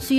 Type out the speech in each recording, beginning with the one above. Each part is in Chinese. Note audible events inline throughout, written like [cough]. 需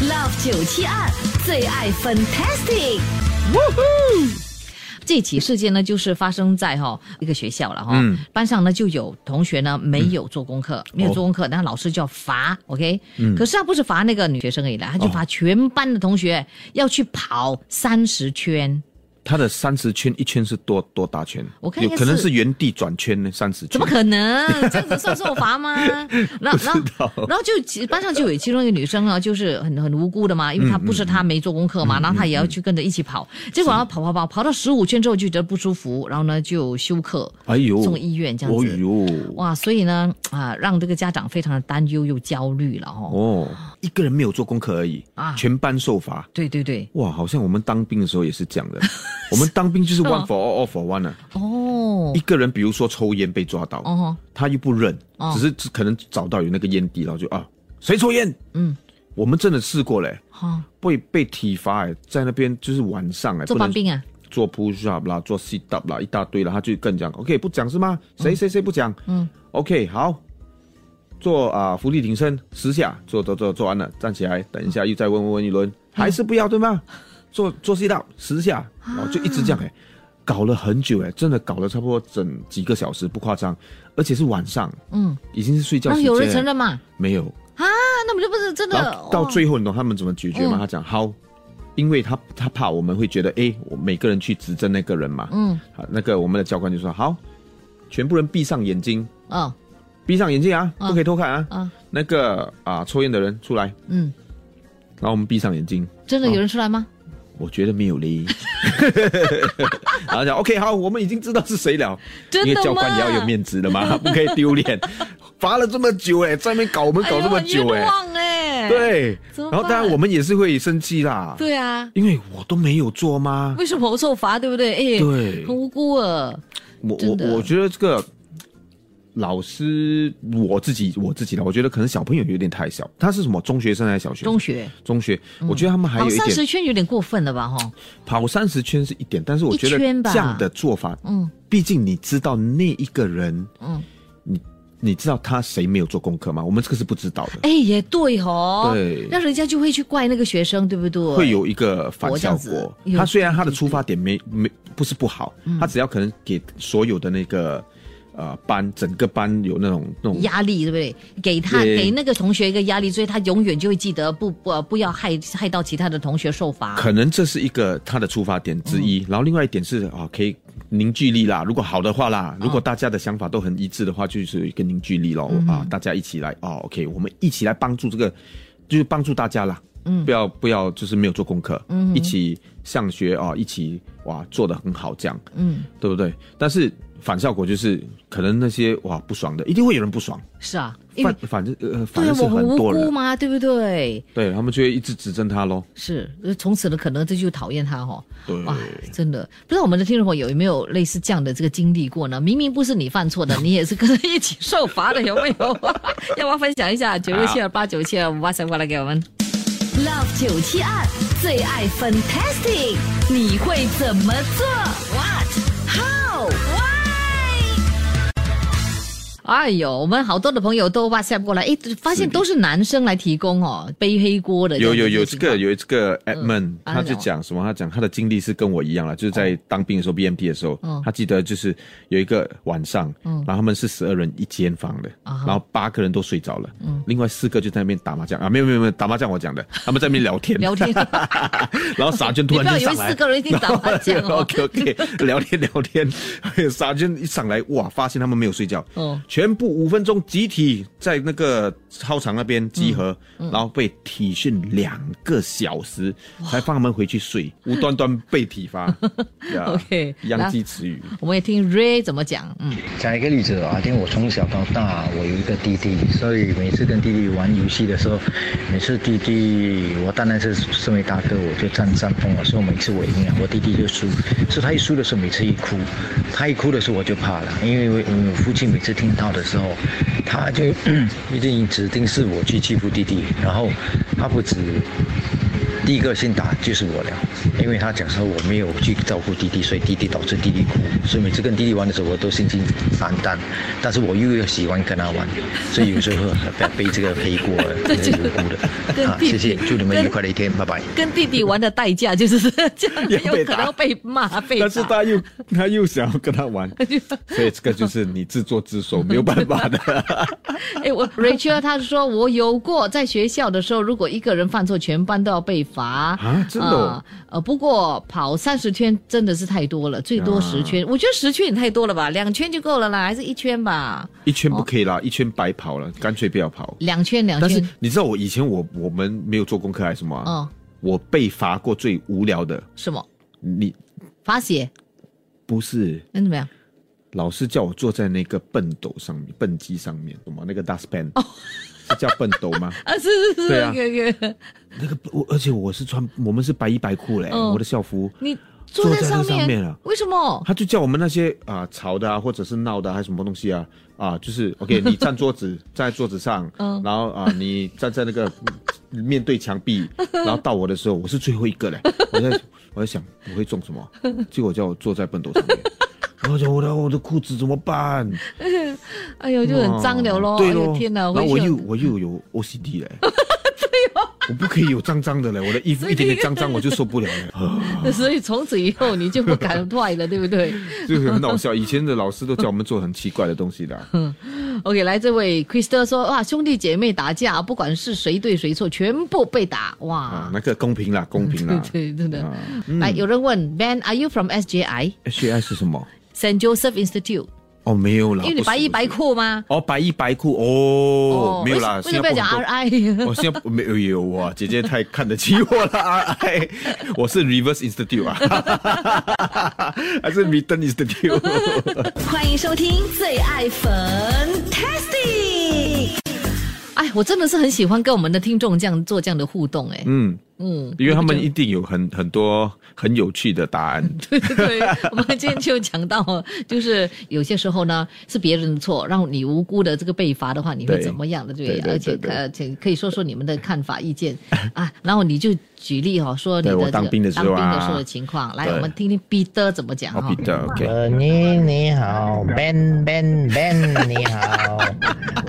Love 九七二最爱 Fantastic。这起事件呢，就是发生在哈、一个学校了哈、嗯班上呢就有同学呢没有做功课，没有做功课，那老师就要罚，OK，、可是他不是罚那个女学生而已啦，他就罚全班的同学要去跑三十圈，它的三十圈一圈是多多大圈？我看应有该可能是是原地转圈呢，三十圈。怎么可能？这样子算受罚 [laughs] 吗？然后然不知道后然后就其班上就有其中一个女生啊，就是很很无辜的嘛，因为她不是她没做功课嗯嘛，然后她也要去跟着一起跑，结果呢跑跑跑跑到十五圈之后就觉得不舒服，然后呢就休克，哎呦，送医院这样子。哎呦，哇，所以呢，啊，让这个家长非常的担忧又焦虑了哦。哦，一个人没有做功课而已，啊全班受罚。对对对，哇，好像我们当兵的时候也是这样 [laughs] 的。我们当兵就是 one 吗 for all, all for one 啊。哦一，个人比如说抽烟被抓到，哦，他又不认，哦只是只可能找到有那个烟蒂，然后就啊，谁抽烟？嗯，我们真的试过嘞，哈，被被体罚哎，在那边就是晚上哎，哦做不班能兵啊，做 push up 啦，做 sit up 啦，一大堆啦，他就更讲 OK 不讲是吗？谁谁谁不讲？嗯，OK 好，做啊、伏地挺身十下，做做做做完了，站起来，等一下又再问问问一嗯轮，还是不要对吗？做做 sit up 十下，啊哦就一直这样哎、搞了很久哎、真的搞了差不多整几个小时，不夸张，而且是晚上，嗯，已经是睡觉那时有人承间了，认嘛？没有，啊，那不就不是真然的哦后？到哇最后，你懂他们怎么解决吗？嗯他讲好，因为他他怕我们会觉得，诶，我每个人去指证那个人嘛。嗯好，那个我们的教官就说好，全部人闭上眼睛，哦闭上眼睛啊，嗯不可以偷看啊。啊那个啊，抽烟的人出来，嗯，然后我们闭上眼睛，真的有人出来吗？我觉得没有嘞。 [laughs] 然后讲 OK，好，我们已经知道是谁了，真的因为教官吗也要有面子的嘛，不可以丢 [laughs] 脸。罚了这么久哎、在那边搞我们搞这么哎呦久哎、很冤枉哎，，对，怎么办然后当然我们也是会生气啦，对啊，因为我都没有做吗？为什么我受罚？对不对？哎，对很无辜啊。我真的我我觉得这个老师，我自己我自己的，我觉得可能小朋友有点太小，他是什么中学生还是小学？中学嗯中学，我觉得他们还有跑一三十点圈有点过分了吧？哈，跑三十圈是一点，但是我觉得一圈吧这样的做法，嗯毕竟你知道那一个人，嗯，你你知道他谁没有做功课吗？我们这个是不知道的，哎，也对哦，对那人家就会去怪那个学生，对不对？会有一个反我这效样子果有。他虽然他的出发点没没不是不好，嗯他只要可能给所有的那个呃班整个班有那种那种压力，对不对？给他对给那个同学一个压力，所以他永远就会记得不不不要害害到其他的同学受罚。可能这是一个他的出发点之嗯一，然后另外一点是啊，可以凝聚力啦。如果好的话啊啦，如果大家的想法都很一致的话，就是有一个凝聚力咯、嗯啊，大家一起来哦，OK，我们一起来帮助这个，就是帮助大家啦。嗯，不要不要，就是没有做功课，嗯，一起上学啊、一起哇做的很好，这样，嗯，对不对？但是反效果就是，可能那些哇不爽的，一定会有人不爽，是啊，因为反反正呃反对啊正是我很很无多辜人，嘛，对不对？对他们就会一直指正他咯。是，呃从此呢，可能这就讨厌他哦。对哇，真的不知道我们的听众朋友有没有类似这样的这个经历过呢？明明不是你犯错的， [laughs] 你也是跟着一起受罚的，有没有？ [laughs] 要不要分享一下？九六啊七二八九七二五八三过来给我们。 Love 972最爱 Fantastic，你会怎么做？What? How? Why? 哎呦，我们好多的朋友都 WhatsApp 过来，诶，发现都是男生来提供哦，背黑锅的。有有有样这子的情况个有这个 admin，、啊他就讲什么？他讲他的经历是跟我一样了，就是在当兵的时候 BMT 的时候，嗯他记得就是有一个晚上，然后他们是十二人一间房的，啊哈嗯然后八个人都睡着了，另外四个就在那边打麻将啊，没有没有没有打麻将，我讲的，他们在那边聊天 [laughs] 聊天， [laughs] 然后傻娟突然就你不要上以为来，四个人一 [laughs] 定打麻将哦 [laughs] OK OK，聊天聊天，傻娟一上来哇，发现他们没有睡觉，哦全全部五分钟集体在那个操场那边集合，嗯然后被体训两个小时，才放他们回去睡，无端端被体罚。 [laughs] 呀 OK，殃及池鱼。我们也听 Ray 怎么讲， [laughs] 嗯，讲一个例子啊，因为我从小到大，我有一个弟弟，所以每次跟弟弟玩游戏的时候，每次弟弟，我当然是身为大哥，我就占上风了，所以每次我赢了，啊我弟弟就输。所以他一输的时候，每次一哭，他一哭的时候我就怕了，因为我父亲每次听到的时候，他就嗯一定指定是我去欺负弟弟，然后他不止第一个先打就是我了，因为他讲说我没有去照顾弟弟，所以弟弟导致弟弟哭，所以每次跟弟弟玩的时候，我都心惊胆战，但是我又要喜欢跟他玩，所以有时候被这个背 [laughs] 锅了，这是无辜的。啊，谢谢，祝你们愉快的一天，拜拜。跟弟弟玩的代价就是 [laughs] 这样，也有被可打能被骂被打。但是他又他又想要跟他玩，所以这个就是你自作自受，没有办法的。 [laughs] 哎， [laughs] 我 Rachel 他说我有过，在学校的时候，如果一个人犯错，全班都要被罚啊真的哦呃，不过跑三十圈真的是太多了，最多啊十圈，我觉得十圈也太多了吧，两圈就够了啦，还是一圈吧， [laughs] 一圈不可以啦，一圈白跑了，干脆不要跑。两圈两但是圈。你知道我以前我我们没有做功课还是什么、啊？嗯我被罚过最无聊的，什么你罚写？不是那 [laughs] 怎么样？老师叫我坐在那个笨斗上面，笨机上面，什么那个 dustpan，、是叫笨斗吗？啊， [laughs] 是是是，对啊哥哥， [laughs] 那个我而且我是穿我们是白衣白裤嘞、嗯我的校服。你坐在坐在上那面，上面啊为什么？他就叫我们那些啊、吵的啊，或者是闹的、啊、还是什么东西啊啊，就是 [laughs] OK，你占桌子，站在桌子上，嗯然后啊、你站在 [laughs] 那个面对墙壁，然后到我的时候，我是最后一 [laughs] 个嘞，我在我在想我会中什么，结果叫我坐在笨斗上 [laughs] 面，然后我就我的我的裤子怎么办？哎呦，就很脏了咯。哦对哎呦咯，天哪！然后我回去又我又有 OCD 嘞， [laughs] 对哦，我不可以有脏脏的嘞，我的衣服一点点脏脏我就受不了 [laughs] 了，啊所以从此以后你就不敢坏了，对不对 [laughs] [laughs] 就是很好笑。以前的老师都叫我们做很奇怪的东西的啊， ？OK，来这位 Krista 说，哇，兄弟姐妹打架，不管是谁对谁错，全部被打，啊哇，，那个公平 [laughs] 啦，公平对啦。对，真的啊。来，有人问 Ben，Are you from SJI H I 是什么？ Saint Joseph Institute？哦，没有啦，因为你不是白衣白。不是裤吗？哦，白衣白裤哦，没有啦，为什为什么要新加讲坡很 RI？ [laughs] 多哦我现在没有有哇，姐姐太看得起我了啊！哎，我是 Reverse Institute 啊， [laughs] 还是 Return [laughs] Institute？欢迎收听《最爱 Fantastic》。哎，我真的是很喜欢跟我们的听众这样做这样的互动，哎，嗯，嗯，因为他们一定有很很多很有趣的答案。对对对， [laughs] 我们今天就讲到哦，就是有些时候呢是别人的错，让你无辜的这个被罚的话，你会对怎么样的？对不对对而且对对呃，请可以说说你们的看法、意见啊。然后你就举例哈、哦，说你的这对我个当兵的时候啊当兵的时候的情况，来，对我们听听彼得怎么讲好哈、彼得，OK，呃，你你好，Ben Ben Ben，你好。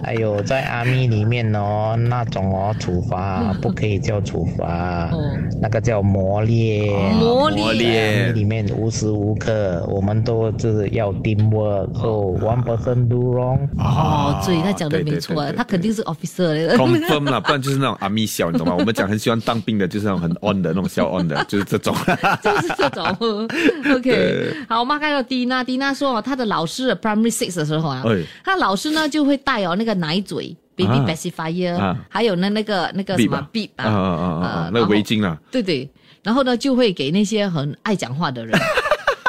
还有在阿咪里面哦，那种哦处罚不可以叫处罚，哦那个叫磨练。磨练在阿咪里面无时无刻我们都是要 teamwork，哦、one person do wrong。哦，啊所以他讲的没错啊，他肯定是。是 officer 来 [laughs] 的。 confirm 啦，不然就是那种阿咪笑，你懂吗？我们讲很喜欢当兵的，就是那种很 on 的那种笑 on 的，就是 [laughs] 这种。就是这种。OK，好，我们看到迪娜，迪娜说哦，她的老师 Primary Six 的时候啊哎，她老师呢就会带哦那个奶嘴 Baby 啊 pacifier，、啊还有呢那个那个什 Bib [laughs] 么 Bib 啊啊啊，啊啊呃啊！那个围巾啊，对对，然后呢就会给那些很爱讲话 [laughs] 的人。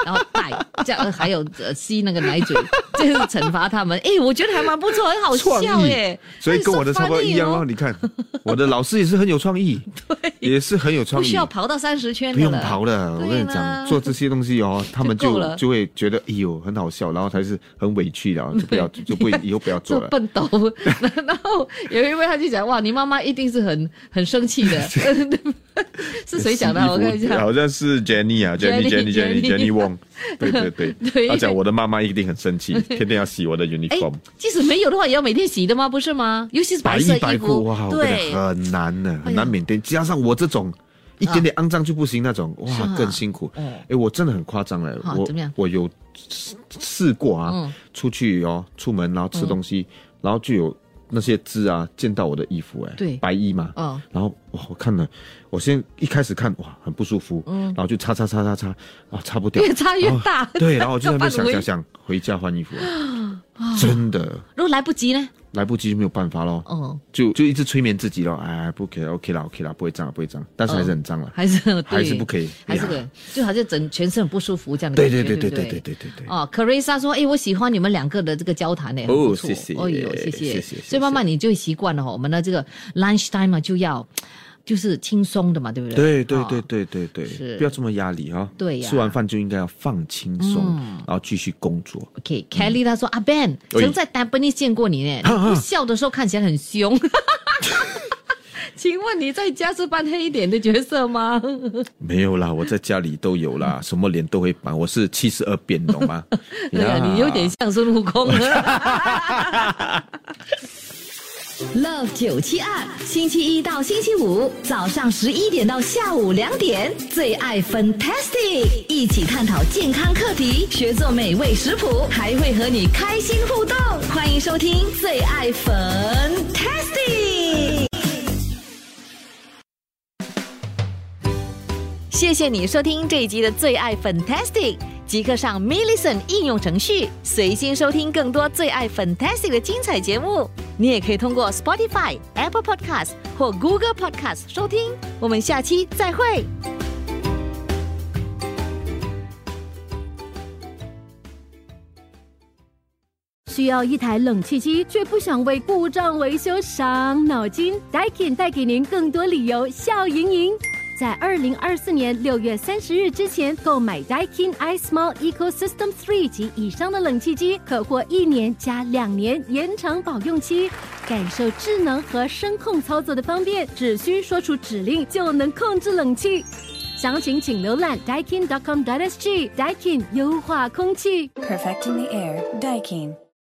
然后带这样，还有呃吸那个奶嘴， [laughs] 这是惩罚他们。哎，我觉得还蛮不错，很好笑创意哎。所以跟我的差不多一样哦。哦，你看，我的老师也是很有 [laughs] 创意，对，也是很有不创意需。要跑到三十圈不的了，用跑了，我跟你对啦讲，做这些东西哦，他们就够就了就会觉得哎呦很好笑，然后才是很委屈的，哦就不要就不以后不要做做了。笨斗， [laughs] 然后有一位他就讲哇，你妈妈一定是很很生气 [laughs] 的， [laughs] 是谁讲的？我看一下，好像是 Jenny 啊 Jenny， ，Jenny Jenny Jenny Jenny [laughs] Jenny Wong，对对对对，他讲我的妈妈一定很 [laughs] 生气，天天要洗我的哎 uniform。，即使没有的话，也要每天洗的吗？不是吗？尤其是白色衣衣白服裤哇，，我跟你对讲，啊很难的，哎很呀难缅甸，加上我这种。一点点肮脏就不行那种，是哇啊，更辛苦。哦哎、我真的很夸张哎好，我怎么样我有试试过啊，嗯出去哦，出门然后吃东西，然后就有那些汁啊溅到我的衣服哎、对白衣嘛，嗯然后哇，我看了，我先一开始看哇很不舒服，嗯，然后就擦擦擦擦擦啊擦不掉，越擦越然后大对，然后我就在那 [laughs] 边怎么想办想想，回家换衣服了， [gasps] 真的如果来不及呢？来不及就没有办法咯。啊哦，就就一直催眠自己了，哎，不可以，OK 啦，OK 啦，不会脏，不会脏，但是还是很脏啊了，哦还是对还是不可以还是不可以，就好像整全身很不舒服这样的对感觉。对对对对对不对对对对，哦 c a r i s a 说：“哎，我喜欢你们两个的这个交谈呢，很不错谢谢哦哟，谢谢谢谢谢所以慢慢你就习惯了哈，我们的这个 lunch time 嘛就要就是轻松的嘛，对不对？对对对哦对对对，是不要这么压力哈。对呀嗯吃完饭就应该要放轻松，然后继续工作。 OK，Kelly 他说：“阿 Ben 嗯哎曾在 d a b a n i 见过你呢，哈你不笑的时候看起来很凶。 [laughs] 请问你在家是扮黑脸的角色吗？没有啦，我在家里都有啦，什么脸都会板，我是七十二变，懂吗？ [laughs] 对呀，你有点像孙悟空。啊 [laughs] Love 九七二，星期一到星期五早上十一点到下午两点，最爱 Fantastic，一起探讨健康课题，学做美味食谱，还会和你开心互动。欢迎收听最爱 Fantastic。谢谢你收听这一集的最爱 Fantastic，即刻上 m i l l i c e n t 应用程序，随心收听更多最爱 Fantastic 的精彩节目。你也可以通过 Spotify、Apple Podcast 或 Google Podcast 收听。我们下期再会。需要一台冷气机，却不想为故障维修伤脑筋。Daikin 带给您更多理由笑盈盈。在二零二四年六月三十日之前购买 Daikin iSmall Ecosystem Three 及以上的冷气机，可获一年加两年延长保用期。感受智能和声控操作的方便，只需说出指令就能控制冷气。详情请浏览 daikin.com.sg。Daikin 优化空气。 Perfecting the air, Daikin.